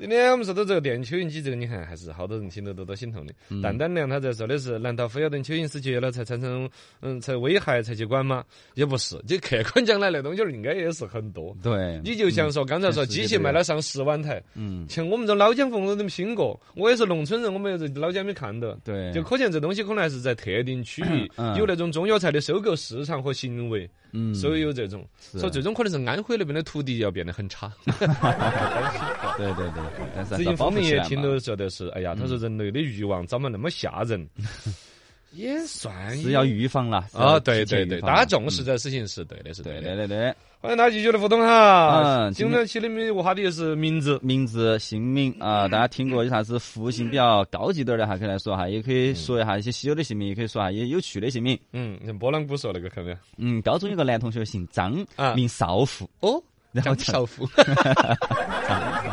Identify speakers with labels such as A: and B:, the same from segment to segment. A: 今天我们说到这个电蚯蚓机，这个你看还是好多人听得都都心痛的。
B: 嗯
A: 蛋蛋娘他在说的是，难道非要等蚯蚓死绝了才产生嗯才危害才去管吗？也不是，就客观讲来，那东西儿应该也是很多。
B: 对，
A: 你就像说刚才说
B: 全世界
A: 机器
B: 都
A: 卖
B: 有
A: 了上十万台，
B: 嗯，
A: 像我们这老江凤都没拼过，我也是农村人，我们也是老家没看到。
B: 对，
A: 就可见这东西可能还是在特定区域
B: 哎嗯
A: 有那种中药材的收购市场和行为，
B: 嗯，
A: 所以有这种。
B: 是啊
A: 所以最终可能是安徽那边的土地要变得很差。
B: 对对对， 对但是啊
A: 最近方明也听
B: 到
A: 到说的是，哎呀，
B: 嗯
A: 他说人类的欲望怎么那么吓人？也算
B: 是要预防啦。是要
A: 哎啊，对
B: 提前
A: 对对，
B: 预防
A: 大家
B: 啦
A: 重视这事情是对的，是
B: 嗯对
A: 对
B: 对
A: 的。
B: 对对，
A: 欢迎大家继续来互动哈。
B: 嗯
A: 今天起的每个话题是名字，
B: 名字、姓名啊、
A: 嗯
B: 大家听过有啥子复姓比较高级点儿的，还可以来说哈，也可以说一下一些稀有的姓名，也可以说下一些有趣的姓名。
A: 嗯，像波浪鼓说那个看到没有？
B: 嗯，高中有个男同学姓张
A: 啊，
B: 名少妇，
A: 哦，
B: 然后
A: 张少 妇。
B: 啊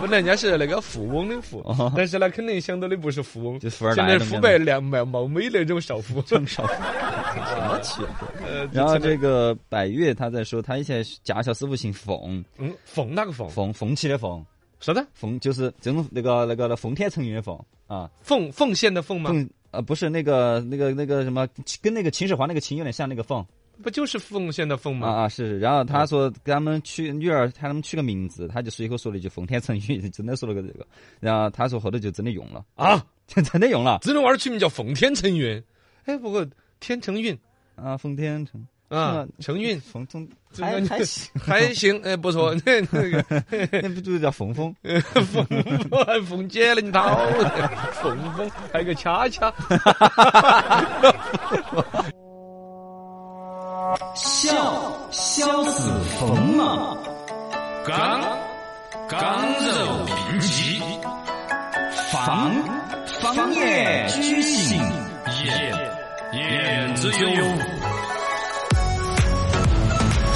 A: 本来人家是那个富翁的富
B: 哦，
A: 但是呢，肯定想到的不是富翁，
B: 就是富二代
A: 现在
B: 那
A: 是
B: 种
A: 肤
B: 样子
A: 白亮貌貌美那种少妇。
B: 张少妇，什么气？
A: 呃
B: 然后这个百越他在说，他以前驾校师傅姓冯，
A: 嗯，凤哪个凤？
B: 冯冯起的冯，
A: 啥子？
B: 冯就是这种那个那个奉天承运的奉啊，
A: 奉奉献的奉吗？
B: 奉呃不是那个那个那个什么，跟那个秦始皇那个秦有点像那个奉
A: 不就是奉献的奉
B: 啊
A: 吗？
B: 啊是。是然后
A: 嗯
B: 他说给他们取女儿，他们取个名字，他就随口说了一句奉天承运，真的说了个这个。然后他说后头就真的用了，
A: 啊，
B: 真的用了
A: 这种娃儿取名叫奉天承运。哎，不过天承运
B: 啊，奉天承
A: 啊
B: 是吗，
A: 承 运
B: 冯总
A: 这
B: 还
A: 个
B: 还行，
A: 还行，哎，不错。那那个
B: 那不就叫 冯冯？
A: 凤凤凤姐领导，凤凤还有个恰恰。
C: 笑笑死冯嘛，
D: 刚刚柔并济，
C: 方方言居行，
D: 言言之有物。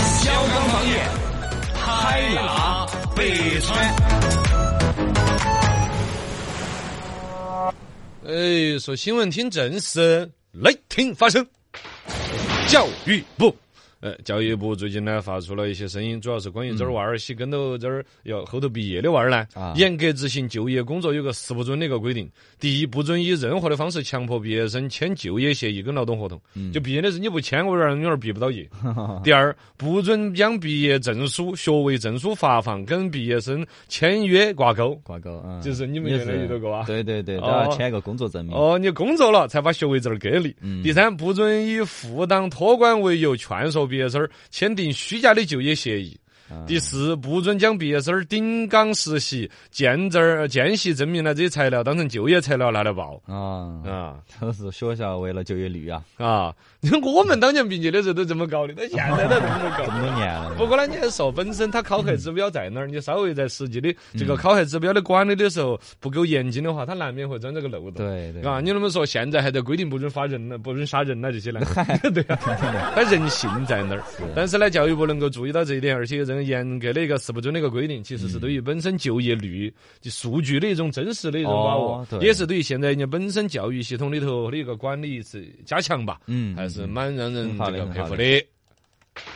D: 小刚方言，海纳百川。
A: 哎，说新闻听正事，来听发声。教育部，呃，教育部最近呢发出了一些声音，主要是关于这儿娃儿些跟到这儿要后头毕业的娃儿呢，
B: 啊
A: 严格执行就业工作有个四不准的一个规定。第一，不准以任何的方式强迫毕业生签就业协议跟劳动合同，就毕业的时候你不签，我让女儿毕不到业。第二，不准将毕业证书、学位证书发放跟毕业生签约挂钩。
B: 挂钩 啊，
A: 就是你们
B: 也
A: 原来
B: 是
A: 遇到过啊
B: 对对对，
A: 哦
B: 都要签一个工作证明。
A: 哦，你工作了才把学位证儿给你。
B: 嗯
A: 第三，不准以负担托管为由劝说毕业生儿签订虚假的就业协议。
B: 啊
A: 第四，不准将毕业生儿顶岗实习、见证儿、见习证明了这些材料当成就业材料拿来报。
B: 啊，
A: 啊
B: 都是学校为了就业率啊，
A: 啊！ 我们当年毕业的时候都这么搞的，到现在都这么
B: 这
A: 搞。
B: 么多年了。
A: 不过呢，你还说本身它考核指标在哪儿，你稍微在实际的这
B: 嗯
A: 个考核指标的管理的时候不够严谨的话，它难免会钻这个漏洞。
B: 对对，
A: 啊，你能不能说现在还在规定不准发人呢，不准杀人呢这些呢？对啊，他人性在那儿。但是呢，教育部能够注意到这一点，而且有这个严格的一个四不准的一个规定，其实是对于本身就业率、就数据的一种真实的一种把握
B: 哦，对
A: 也是对于现在人家本身教育系统里头的一个管理是加强吧，
B: 嗯
A: 还是蛮让人
B: 很好
A: 这
B: 的
A: 个
B: 很
A: 佩
B: 好
A: 服
B: 的
A: 的。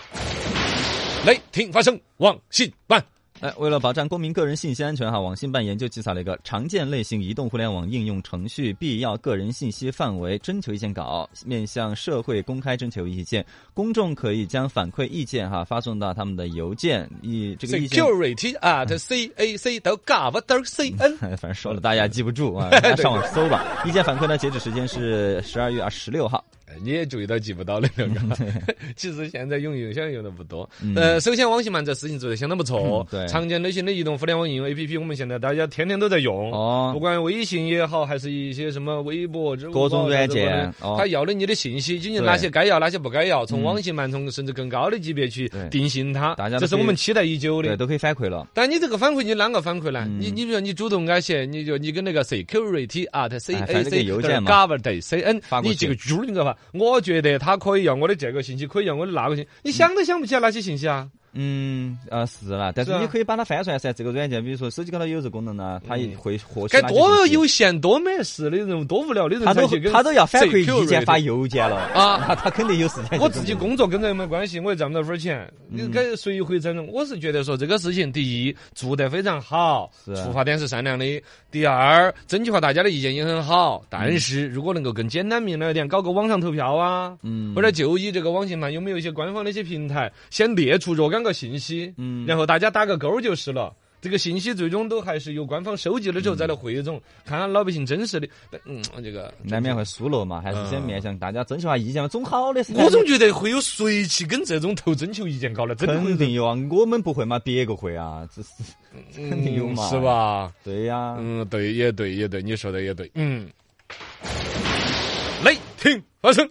A: 来，听发声，王信办。
B: 哎，为了保障公民个人信息安全哈，网信办研究起草了一个常见类型移动互联网应用程序必要个人信息范围征求意见稿，面向社会公开征求意见，公众可以将反馈意见哈发送到他们的邮件，以这个意见。
A: Security 啊，这 C A C 到 gov 到 C N
B: 呃反正说了大家记不住 啊，大家上网搜吧。意见反馈呢，截止时间是十二月二十六号。
A: 哎你也注意到记不到的那
B: 嗯
A: 个， 其实现在用邮箱用的不多。呃，首先网信办这事情做得相当不错
B: 嗯，对
A: 常见类型的移动互联网应用 APP，我们现在大家天天都在用。
B: 哦
A: 不管微信也好，还是一些什么微博、啊支付宝
B: 各种软件
A: 啥子的
B: 哦
A: 它要的你的信息，究竟
B: 对嗯
A: 哪些该要，哪些不该要，从网信办从甚至更高的级别去
B: 对
A: 定性它
B: 大家，都
A: 这是
B: 可以
A: 我们期待已久
B: 对，
A: 的。
B: 都可以反馈了。
A: 但你这个反馈，你啷个反馈
B: 嗯
A: 呢？你你比如说你主动给他写，你就你跟那个 security at c
B: 哎
A: 啊 a
B: 反正
A: c
B: 给邮件嘛
A: gov 对 c n，
B: 发过
A: 你
B: 去
A: 这个猪你知道吧？我觉得他可以要我的这个信息，可以要我的那个信息，你想都想不起来那些信息啊！
B: 嗯，呃，是啦，但
A: 是
B: 是
A: 啊嗯
B: 你可以把它翻出来噻。这个软件，比如说手机高头有这功能呢，它也会获取
A: 该
B: 哪些信
A: 多
B: 息
A: 有闲多没事的人，多无聊的人
B: 他
A: 才
B: 都
A: 去跟
B: 他都要反馈意
A: CQ
B: 见发
A: rate
B: 邮件 了
A: 啊！
B: 他肯定有时 间。
A: 我自己工作跟这个没关系，我也赚不到分儿钱，
B: 嗯
A: 你该谁会整容？我是觉得说这个事情，第一做得非常好，
B: 是啊
A: 出发点是善良的；第二，征集下大家的意见也很好。
B: 嗯
A: 但是如果能够更简单明了一点，搞个网上投票啊，
B: 嗯
A: 或者就以这个网信办有没有一些官方的一些平台，先列出若干个信息，
B: 嗯
A: 然后大家打个勾儿就是了。这个信息最终都还是由官方收集了之后再来汇
B: 嗯
A: 总，看看老百姓真实的，嗯，这个
B: 难免会疏漏嘛，还是先
A: 嗯
B: 面向大家征求下意见嘛，总好的是。
A: 我总觉得会有随气跟这种投征求意见搞的，真的会
B: 肯定有啊，我们不会嘛，别个会啊，这是肯定有嘛，
A: 是？吧？
B: 对呀，
A: 嗯，对，也对，也对，你说的也对，嗯。雷霆发声，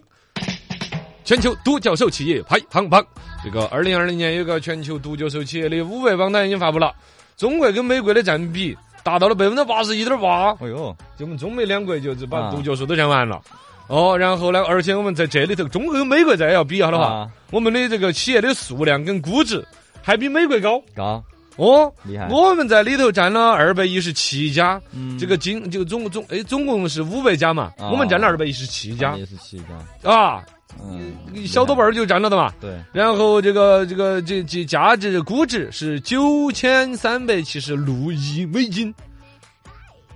A: 全球独角兽企业排行榜，这个二零二零年有个全球独角兽企业的五百榜单已经发布了，中国跟美国的占比达到了百分之八十一点八，
B: 哎呦，
A: 就我们中美两国就只把
B: 啊
A: 独角兽都占完了。哦，然后呢？而且我们在这里头，中国跟美国再要比一下的话，
B: 啊
A: 我们的这个企业的数量跟估值还比美国高。
B: 高
A: 哦，
B: 厉害，
A: 我们在里头占了二百一十七家，
B: 嗯
A: 这个经这个总总哎总共是五百家嘛，
B: 啊
A: 我们占了二百一十七家
B: 也是七家，
A: 啊，
B: 嗯，
A: 小多半儿就占了的嘛。
B: 对，
A: 然后这个这个这这价值估值是九千三百七十六亿美金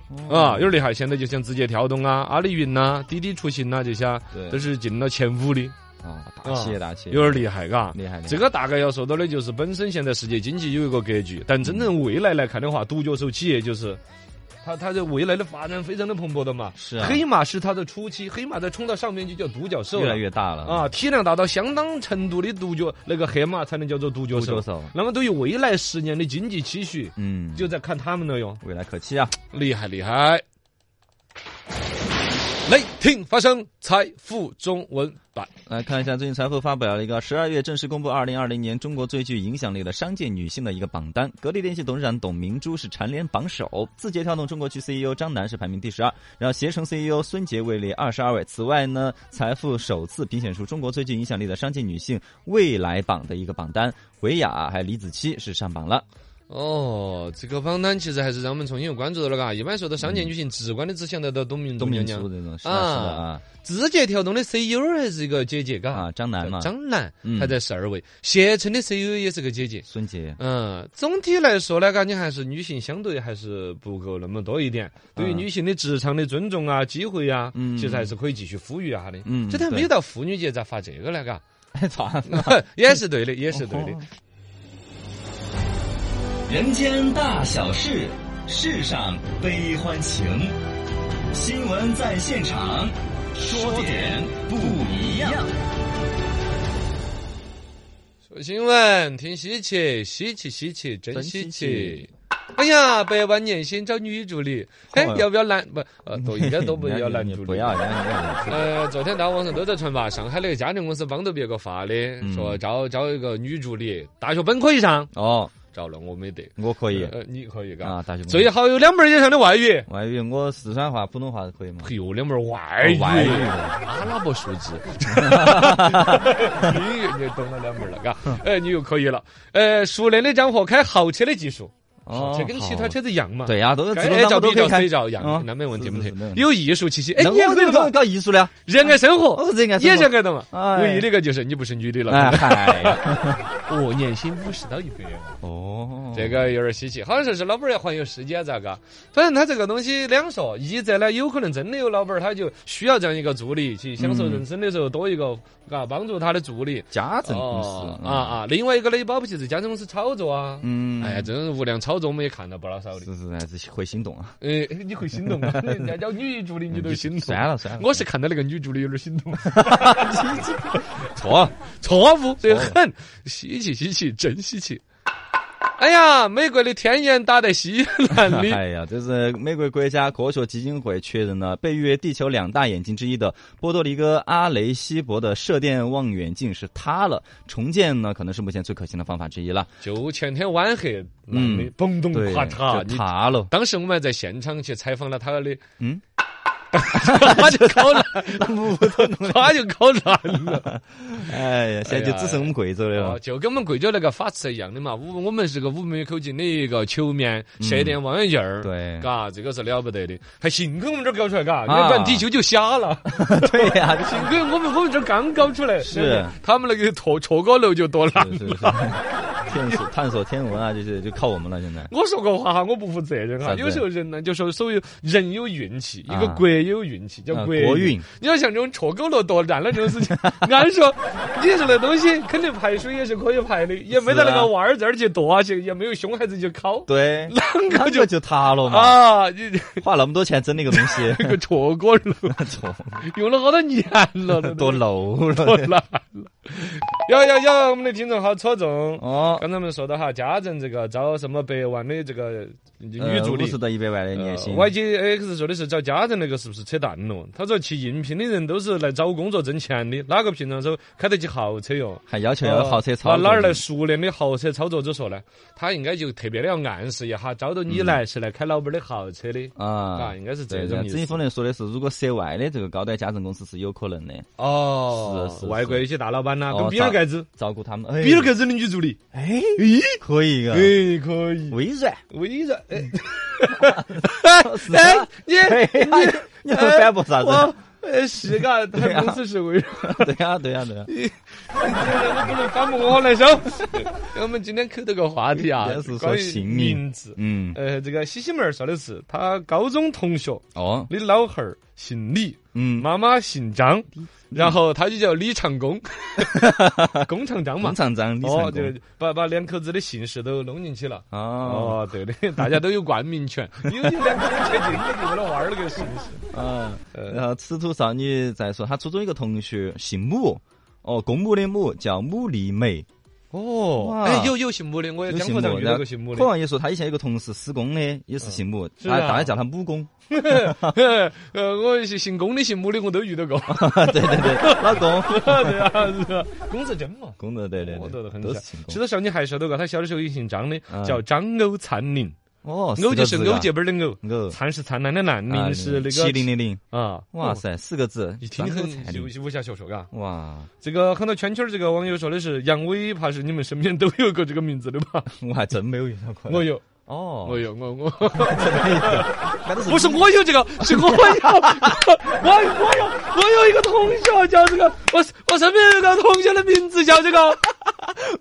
B: 哦嗯
A: 啊，有点厉害。现在就像字节跳动啊、阿里云呐、滴滴出行呐、这些啊
B: 对
A: 都是进了前五的，
B: 啊，大企业大企业，
A: 有点厉害，嘎。
B: 厉害厉害
A: 这个大概要说到的就是，本身现在世界经济有一个格局，
B: 嗯
A: 但真正未来来看的话，独角兽企业就是。它它这未来的发展非常的蓬勃的嘛，
B: 是啊
A: 黑马是它的初期，黑马在冲到上面就叫独角兽了，
B: 越来嗯越大了
A: 啊，体量达到相当程度的独角那个黑马才能叫做独角
B: 独
A: 兽
B: 角兽。
A: 那么对于未来十年的经济期许，
B: 嗯，
A: 就在看他们了哟，
B: 未来可期啊，
A: 厉害厉害！雷霆发声，财富中文版。
B: 来看一下，最近财富发表了一个十二月正式公布二零二零年中国最具影响力的商界女性的一个榜单。格力电器董事长董明珠是蝉联榜首，字节跳动中国区 CEO 张楠是排名第十二，然后携程 CEO 孙杰位列二十二位。此外呢，财富首次评选出中国最具影响力的商界女性未来榜的一个榜单，维雅还有李子柒是上榜了。
A: 哦，这个榜单其实还是让我们重新又关注到了嘎。一般说到商界女性，直观的只想得到董明珠
B: 董明
A: 娘娘
B: 珠，这种是的，是的啊
A: 字节跳动的 CEO 还是一个姐姐嘎，
B: 啊，张楠
A: 嗯
B: 嘛，
A: 张楠
B: 嗯
A: 还在十二位，携程的 CEO 也是个姐姐。
B: 孙杰，
A: 嗯，总体来说呢，嘎，你还是女性相对还是不够那么多一点，对于
B: 嗯
A: 女性的职场的尊重啊、机会啊，
B: 嗯
A: 其实还是可以继续呼吁一啊下的。
B: 嗯
A: 这还没有到妇女节咋发这个呢？ 嘎，
B: 操，
A: 也是对的，也是对的。
C: 人间大小事，世上悲欢情。新闻在现场，说点不一样。
A: 说新闻，听稀奇，稀奇稀奇，真
B: 真
A: 稀
B: 稀
A: 奇
B: 奇。
A: 哎呀，百万年薪找女主 力，哎
B: 哦，
A: 要不要男不？ 呃，都应该都不要男
B: 你
A: 主力。
B: 不要，人家人家
A: 呃，昨天大家网上都在传吧，上海那个家政公司帮着别个发的，
B: 嗯
A: 说招招一个女助理，大学本科以上，
B: 哦，
A: 招了我没得。
B: 我可以。
A: 呃，你可以嘎。
B: 啊，大学
A: 最好有两门以上的外语。
B: 外语，我四川话、普通话可以吗？
A: 嘿呦，两门外语，
B: 外语
A: 阿拉伯数 字，你你懂了两门了，嘎，哎，你又可以了，呃，熟练的掌握开豪车的技术，豪车跟其他车子一样嘛，
B: 哦对呀，都是自动
A: 该
B: 挡，
A: 叫
B: 我都
A: 比
B: 可
A: 较
B: 以开
A: 比。较一样
B: 嗯，
A: 那没问题
B: 是
A: 没
B: 是
A: 问
B: 是
A: 题，有艺术气息，哎，
B: 那
A: 你也
B: 我
A: 可以
B: 就搞哦
A: 搞，
B: 搞艺术了，
A: 热爱生活，
B: 我是这
A: 你也
B: 样
A: 这个的嘛，
B: 哎
A: 唯一的一个就是你不是女的了，
B: 哎嗨，
A: 哦，年薪五十到一百万。
B: 哦，
A: 这个有点稀奇，好像说是老板儿要环游世界咋个？反正他这个东西两说，一则呢，有可能真的有老板儿他就需要这样一个助理去享受人生的时候多一个啊帮助他的助理。
B: 家政公
A: 哦
B: 司
A: 啊，啊！另外一个呢，也保不齐是家政公司炒作啊。
B: 嗯，
A: 哎呀，这种无良炒作我们也看到不老 少的。
B: 是是还是会心动啊，
A: 哎，你会心动啊？人家叫女助理，你都心动。
B: 算了算了
A: 我是看到那个女助理有点心 动，
B: 错，
A: 错误对很，稀奇稀奇，真稀奇。哎呀，美国的天眼打得稀烂的。
B: 哎呀，这是美国国家科学基金会确认了，被誉为地球两大眼睛之一的波多黎各阿雷西博的射电望远镜是塌了，重建呢可能是目前最可行的方法之一了。
A: 就前天晚黑，男的
B: 嗯
A: 嘣咚
B: 对，
A: 垮塌，
B: 就
A: 你
B: 塌了，
A: 当时我们还在现场去采访了他的，
B: 嗯，
A: 他就搞烂，
B: 那木头 弄的，
A: 他就搞 烂了。
B: 哎呀，现在就只剩我们贵州的
A: 哦
B: 了。
A: 就跟我们贵州那个法式一样的嘛，五我们是个五门口径的一个球面，射点望远镜儿，
B: 嗯对
A: 嘎，这个是了不得的，还幸亏我们这儿搞出来，嘎，
B: 啊
A: 要不然地球就瞎了。
B: 对呀，
A: 幸亏我们我们这儿刚搞出来，
B: 是
A: 他们那个矬矬高楼就多烂
B: 是是是
A: 了。，
B: 探索探索天文啊，这些就靠我们了。现在
A: 我说个话哈，我不负责任
B: 啥
A: 哈。
B: 子
A: 有时候人呢，就说所谓人有运气，
B: 啊
A: 一个国有运气，叫
B: 啊
A: 国
B: 国运。
A: 你要像这种矬狗落多烂了这种事情， 按说你这个东西肯定排水也是可以排的，也没得那
B: 是啊
A: 个娃儿在那儿去跺啊去，也没有熊孩子去敲。
B: 对，
A: 啷
B: 那
A: 个
B: 个
A: 就
B: 就塌了 嘛，
A: 啊，你，
B: 花那么多钱整那个东西
A: 这个矬狗落用了好多年了，都
B: 多 low
A: 多
B: 了。
A: 烂了。要要要，我们的听众好戳中。
B: 哦，
A: 刚才我们说到哈，家政这个招什么百万的这个女助理呃
B: 五，十到一百万的年薪，
A: YGX 说的是找家政那个是不是扯淡了？他说去应聘的人都是来找工作挣钱的，哪个平常说开得起豪车哟？
B: 还要求要有豪车
A: 啊
B: 操作。
A: 哪儿来熟练的豪车操作者说呢？他应该就特别的要暗示一下，招到
B: 嗯
A: 你来是来开老板的豪车的。
B: 啊
A: 啊，？应该是这
B: 对
A: 种
B: 对，
A: 意
B: 曾一
A: 思
B: 峰。能说的是，如果涉外的这个高端家政公司是有可能的，
A: 哦
B: 是是是
A: 外国一些大老板呐，
B: 哦
A: 跟比尔盖茨，
B: 照顾他们。
A: 比尔
B: 个
A: 盖茨的女助理，
B: 哎，
A: 咦，
B: 可以啊，
A: 哎，可以，
B: 微软，
A: 微软，哎，哎你
B: 是啊，对呀你你还反驳啥子？
A: 我呃是嘎，他公司是 微软。
B: 对哎呀，对啊呀，对呀。
A: 我不能反驳，我好难受。哎我们今天抠这个话题啊，
B: 也是说
A: 关于
B: 姓名
A: 名字。
B: 嗯，
A: 呃，这个西西妹儿说的是，她高中同学
B: 哦，
A: 的老汉儿姓李，
B: 嗯，
A: 妈妈姓张，然后他就叫李长 工，工长张嘛
B: 孟。厂长，李
A: 哦，
B: 成
A: 就
B: 功。
A: 把把两口子的姓氏都弄进去了。
B: 哦，
A: 哦，对的，大家都有冠名权，有有两口子确定，你就为了娃儿那个姓氏。
B: 啊，
A: 呃
B: 然后此土少女在说，她初中一个同学姓母，哦，公母的母叫母丽梅，
A: 哦
B: 哇
A: 哎，有有姓母的，我也
B: 有
A: 江
B: 姓
A: 湖
B: 母
A: 上遇
B: 的。
A: 到过姓母
B: 科
A: 的。
B: 王也说，他以前有个同事施工的，也是姓母，
A: 是
B: 大
A: 啊
B: 大家叫他母工。
A: 呃，我姓姓公的、姓母的我都遇到 过。
B: 啊对对对，老 公，
A: 对啊，是啊，公子真 嘛。
B: 工作对对
A: 我
B: 对，
A: 很
B: 都是
A: 像
B: 姓。
A: 其实
B: 工。
A: 少女还说到个，她小的时候也姓张的
B: 嗯，
A: 叫张偶灿林，
B: 哦，
A: 偶就是啊
B: 偶
A: 偶结巴的偶，
B: 偶，
A: 灿是灿烂的烂，
B: 嗯哦啊
A: 林是那个
B: 七零零零，
A: 啊。
B: 哇
A: 哦！
B: 塞，四个字，
A: 一听
B: 张口
A: 很
B: 彩铃
A: 就就武侠小说，嘎。
B: 哇，
A: 啊 这个看到圈圈儿这个网友说的是杨威，怕是你们身边都有过这个名字的 吧？
B: 我还真没有遇到过。
A: 我有，
B: 哦，
A: 我有，哎我我
B: 那都是
A: 不是我有这个，是我有，我我有我有一个同学叫这个，我我身边有一个同学的名字叫 这个，
B: 我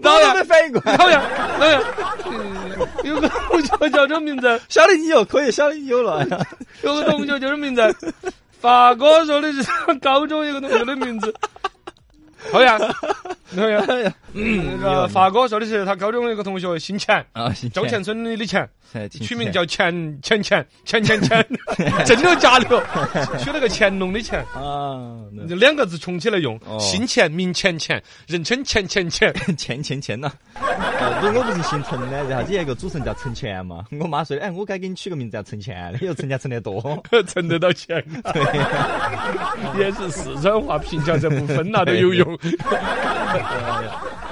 A: 导
B: 都
A: 演
B: 没反应过来。
A: 导演导演，嗯有个同学叫这名字，
B: 晓得你有，可以，晓得你有了。
A: 有个同学叫这名字，发哥说的是他高中有个同学的名字，好呀，好呀，
B: 哎呀，
A: 嗯，那个发哥说的是他高中有个同学姓钱。
B: 啊，行
A: 周前村里的钱，
B: 哎请
A: 取名叫钱钱钱钱钱 钱，真的假的？取了个乾隆的钱，
B: 啊，那
A: 这两个字重起来用
B: 哦，
A: 姓钱名钱钱，人称钱钱钱。
B: 钱钱钱呐！呃如果我不是姓陈的，然后底下有个主持人叫陈钱嘛，我妈说的，哎，我该给你取个名字叫陈钱，你又陈家陈得多。
A: 存得到 钱，也是四川话平翘这不分那都有用。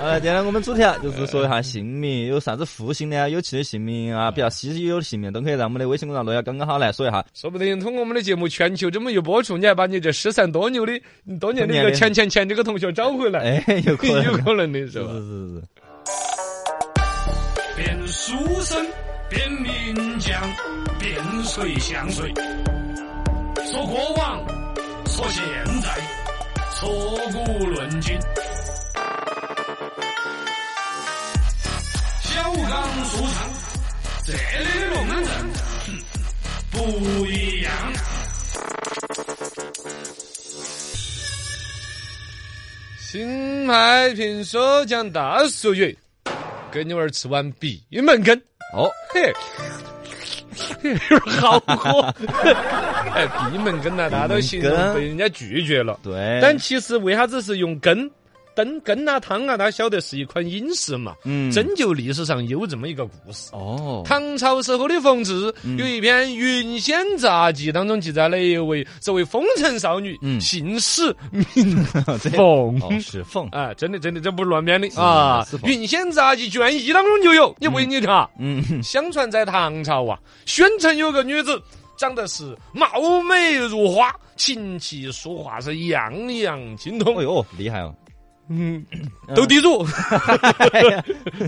B: 呃，今天我们主题啊，就是说一下姓名，有啥子复姓
A: 嗯
B: 的啊，有趣的姓名啊，比较稀有的姓名，都可以在我们的微信公众号“罗小刚刚好”来说一下。
A: 说不定通过我们的节目全球这么一播出，你还把你这失散多牛的多年的这
B: 多年
A: 个
B: 的
A: 钱钱钱这个同学找回来，
B: 哎，有可 能，
A: 有可能的是吧？
B: 是是是。
D: 变书生，变名将，变谁像谁？说过往，说现在，说古论今。小刚书场，这里的龙门阵哼不一样。
A: 新派评书讲大俗语，给你娃儿吃碗闭门羹。
B: 哦，
A: 嘿，嘿有点好喝。哎，闭门羹呐，大家都形容
B: 闭门羹
A: 被人家拒绝了。
B: 对，
A: 但其实为啥子是用羹？羹羹啊汤啊，大家晓得是一款饮食嘛。
B: 嗯，
A: 真就历史上有这么一个故事。
B: 哦，
A: 唐朝时候的冯志有一篇《云仙杂记》当中记载了一位所谓风尘少女，
B: 嗯
A: 姓史 名
B: 这
A: 凤。
B: 哦是凤，
A: 哎，真的真的，这不是乱编的啊！
B: 是
A: 《
B: 否
A: 云仙杂记》卷一当中就有，你不信你查。
B: 嗯，
A: 相传在唐朝啊，宣城有个女子长得是貌美如花，琴棋书画是样样精
B: 哦
A: 通，
B: 呦，厉害哦！
A: 嗯，斗地主、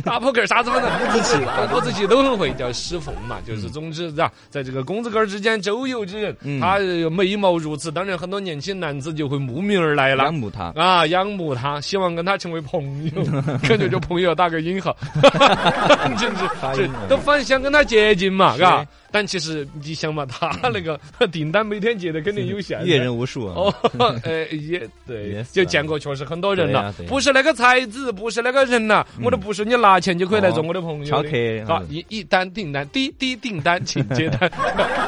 A: 打扑克啥子反正五子棋、 五子棋都很会，叫石凤嘛。就是总之啊，在这个公子哥儿之间周游之人，他呃美貌如此，当然很多年轻男子就会慕名而来了
B: 仰。慕 他，
A: 啊，仰慕他，希望跟他成为朋 友，感觉就朋友打个引 号，简直
B: 发音
A: 是
B: 啊
A: 都反想跟他接近嘛，
B: 是
A: 嘎。但其实你想嘛，他那个订单每天接的肯定有限。
B: 阅人无数啊。
A: 哦， 呃，也对
B: Yes，
A: 就见过确实很多人
B: 对呀
A: 了
B: 对，呀嗯
A: 不是那个才子，不是那个人呐，我都不是你拿钱就可以来做
B: 哦
A: 我的朋
B: 超
A: 友的
B: K，。
A: 好
B: 嗯，
A: 一一单订单，滴滴订单，请接 单。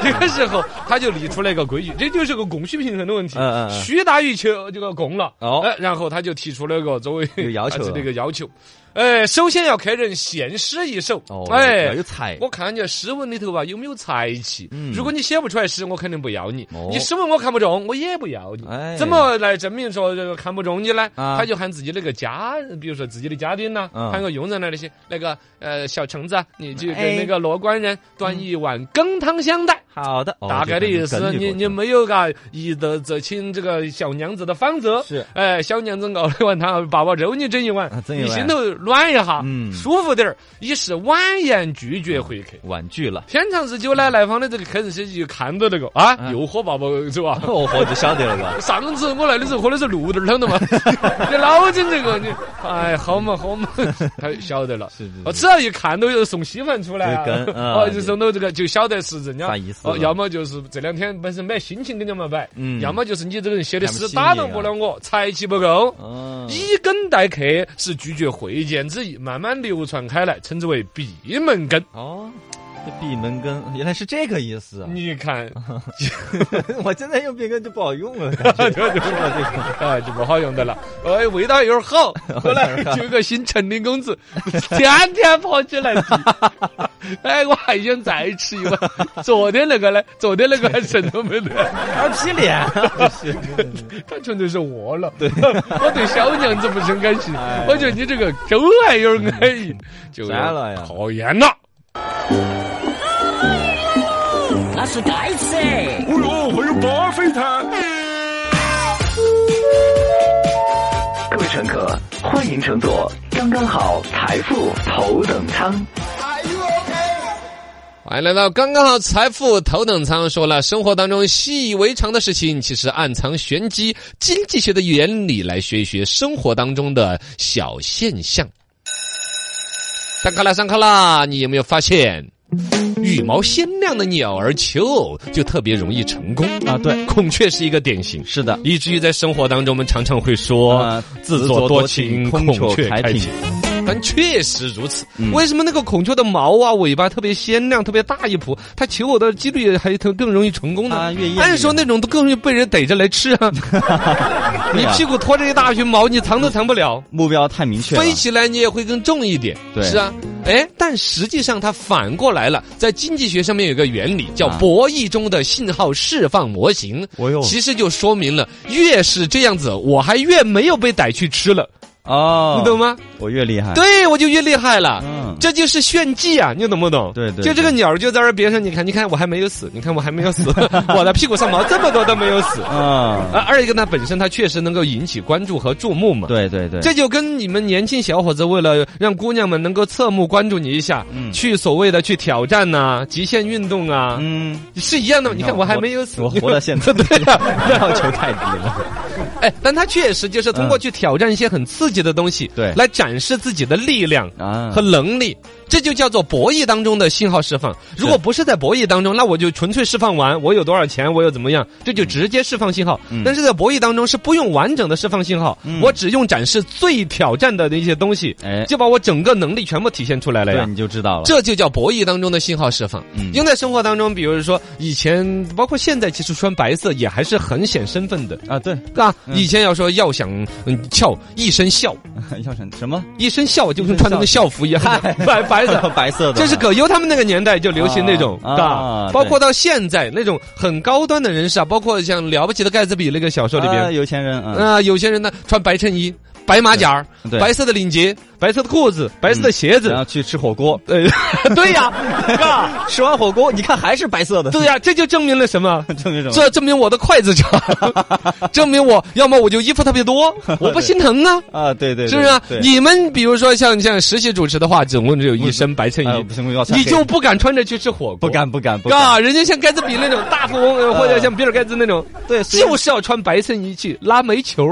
A: 这个时候他就立出了一个规矩，这就是个供需平衡的问题
B: 嗯嗯。嗯
A: 需大于求，这个供了。
B: 哦
A: 哎，然后他就提出了一个作为
B: 有要 求
A: 他的
B: 了
A: 一个要求。哎，首先要客人献诗一首
B: 哦，。要
A: 哎
B: 有，才，
A: 我看人家诗文里头啊有没有才气。
B: 嗯
A: 如果你写不出来诗，我肯定不要你
B: 哦；
A: 你诗文我看不中，我也不要你
B: 哎。
A: 怎么来证明说这个看不中你呢？
B: 啊
A: 他就喊自己那个家人，比如说自己的家丁呐，
B: 嗯
A: 喊个佣人呐那些，那个呃小橙子啊，你就
B: 哎
A: 跟那个罗官人端一碗羹汤相待。
B: 好的，哦
A: 大概的意
B: 这
A: 思，
B: 个
A: 你
B: 跟着
A: 你没有嘎一得这请这个小娘子的方子，
B: 是
A: 哎，小娘子熬了碗汤，爸爸揉你整一碗
B: 啊，整一
A: 你
B: 碗
A: 心头暖一下，
B: 嗯
A: 舒服点儿。以示婉言拒绝回客。
B: 婉拒了，
A: 天长日久呢，来访的这个客人些就看到那个啊，又喝爸爸是吧？
B: 哦，我就晓得了吧？
A: 上次我来的时候喝的是绿豆汤的嘛， 你老整这个你，哎，好嘛好嘛， 他晓得了。
B: 是是
A: 哦，只要一看到有送稀饭出来啊
B: 这个，嗯
A: 哦，就送到这个就晓得是人家
B: 啥意思
A: 哦，
B: 了
A: 要么就是这两天本身没心情跟人家摆，
B: 嗯
A: 要么就是你这个人写的
B: 看不
A: 诗
B: 起
A: 打
B: 你
A: 动不
B: 啊
A: 了我，才气不够。
B: 哦，
A: 以羹代客是拒绝会见之意，慢慢流传开来，称之为闭门羹。
B: 哦，这闭门羹原来是这个意思啊！
A: 你看，
B: 我现在用闭根就不好用了，感 觉
A: 对对 哎，就不好用的了。哎，味道有点 好，后来就有个姓陈的公子，天天跑起来提。 哎，我还想再吃一碗。昨天那个呢？昨天那个还剩都没得，
B: 二皮脸啊，是
A: 他纯粹是饿了。对， 哎我对小娘子不是很感兴趣，我觉得你这个粥还有点安 逸，就
B: 算了呀
A: 讨厌了。
C: 那是该吃的。
D: 哦哟，还有巴菲特。
E: 各位乘客，欢迎乘坐刚刚好财富头等舱。
A: 欢迎来到刚刚好财富头等舱。说了，生活当中习以为常的事情，其实暗藏玄机。经济学的原理来学一学生活当中的小现象。上课啦，上课啦！你有没有发现，羽毛鲜亮的鸟儿求偶就特别容易成功？
B: 啊，对，
A: 孔雀是一个典型。
B: 是的，
A: 以至于在生活当中，我们常常会说、
B: 啊
A: 自
B: 作
A: 作
B: 多
A: 多
B: 情
A: 情，
B: 孔
A: 孔
B: 雀
A: 雀
B: 开嗯
A: 开
B: 屏
A: 屏。但确实如此。为什么那个孔雀的毛啊、尾巴特别鲜亮、特别大一扑，它求偶的几率还更更容易成功呢？
B: 啊越艳丽
A: 按说那种都更容易被人逮着来吃 啊！你屁股拖着一大群毛，你藏都藏不了。
B: 目标太明确了，
A: 飞起来你也会更重一点，
B: 啊对
A: 是啊，哎，但实际上它反过来了，在经济学上面有个原理叫
B: 啊
A: 博弈中的信号释放模型，
B: 哦哟
A: 其实就说明了越是这样子，我还越没有被逮去吃了，
B: 哦，
A: 你懂吗？
B: 我越厉害，
A: 对我就越厉害了，
B: 嗯
A: 这就是炫技啊，你懂不懂？
B: 对对
A: 就这个
B: 对
A: 鸟儿就在那儿边上，你看，你看我还没有死，你看我还没有 死，我的屁股上毛这么多都没有死。
B: 啊，
A: 啊，二一个呢，本身它确实能够引起关注和注目嘛。
B: 对对对，
A: 这就跟你们年轻小伙子为了让姑娘们能够侧目关注你一下，去所谓的去挑战呐、极限运动啊，
B: 嗯，
A: 是一样的。你看我还没有死，啊
B: 我活到 现在，对呀，要求太低了，
A: 哎，但他确实就是通过去挑战一些很刺激的东西，
B: 嗯对
A: 来展示自己的力量
B: 啊
A: 和能力。这就叫做博弈当中的信号释放。如果不是在博弈当中，那我就纯粹释放完，我有多少钱，我又怎么样，这就直接释放信号。
B: 嗯
A: 但是在博弈当中是不用完整的释放信号，我只用展示最挑战的那些东西，
B: 哎
A: 就把我整个能力全部体现出来了呀
B: 对，。你就知道了，
A: 这就叫博弈当中的信号释放。
B: 嗯
A: 用在生活当中，比如说以前，包括现在，其实穿白色也还是很显身份的。
B: 啊，对，
A: 啊，以前要说要想嗯翘一身孝，
B: 要什什么？
A: 一身孝就跟穿那个校服一样，白白
B: 色
A: 的。
B: 白色的，
A: 这是葛优他们那个年代就流行那种，
B: 啊啊
A: 啊，
B: 对
A: 包括到现在那种很高端的人士啊，包括像《了不起的盖茨比》那个小说里
B: 啊
A: 边，
B: 有钱人啊，
A: 啊，有些人呢穿白衬衣、白马甲儿
B: 对、对嗯
A: 白色的领结、白色的裤子，白色的鞋子
B: 然，后去吃火锅，
A: 呃，对 呀，嘎，
B: 吃完火锅你看还是白色的，
A: 对呀，这就证明了什么？
B: 证明什么？
A: 这证明我的筷子长， 证明我要么我就衣服特别多，我不心疼啊。
B: 啊，对对，对
A: 是不是啊
B: 对？
A: 你们比如说像像实习主持的话，总共只有一身白衬
B: 哎
A: 衣
B: 不，行，我要穿
A: 你
B: 黑
A: 就不敢穿着去吃火锅，
B: 不敢不敢不敢，
A: 啊，人家像盖茨比那种大富翁，呃或者像比尔盖茨那种，
B: 对所以
A: 就是要穿白衬衣去拉煤球、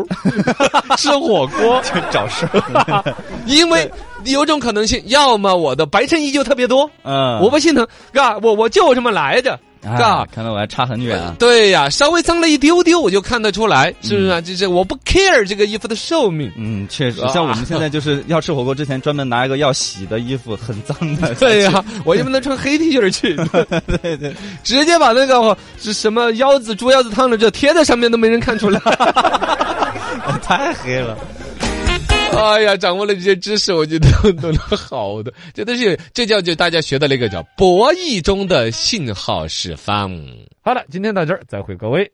A: 吃火锅，
B: 就找事儿，
A: 因为有种可能性，要么我的白衬衣就特别多，
B: 嗯，
A: 我不心疼，嘎，我我就这么来的，
B: 啊
A: 嘎，。
B: 看来我还差很远啊，
A: 对呀，稍微脏了一丢丢，我就看得出来，是不是啊？就是我不 care 这个衣服的寿命。
B: 嗯，确实，
A: 啊
B: 像我们现在就是要吃火锅之前，专门拿一个要洗的衣服，很脏的。
A: 对呀、我也不能穿黑 T 恤去，
B: 对对，
A: 直接把那个是什么腰子、猪腰子烫了之后贴在上面都没人看出 来。
B: 太黑了。
A: 哎呀，掌握了这些知识，我觉得 都能好的，这都是这叫就大家学的那个叫博弈中的信号释放。好了，今天到这儿，再会各位。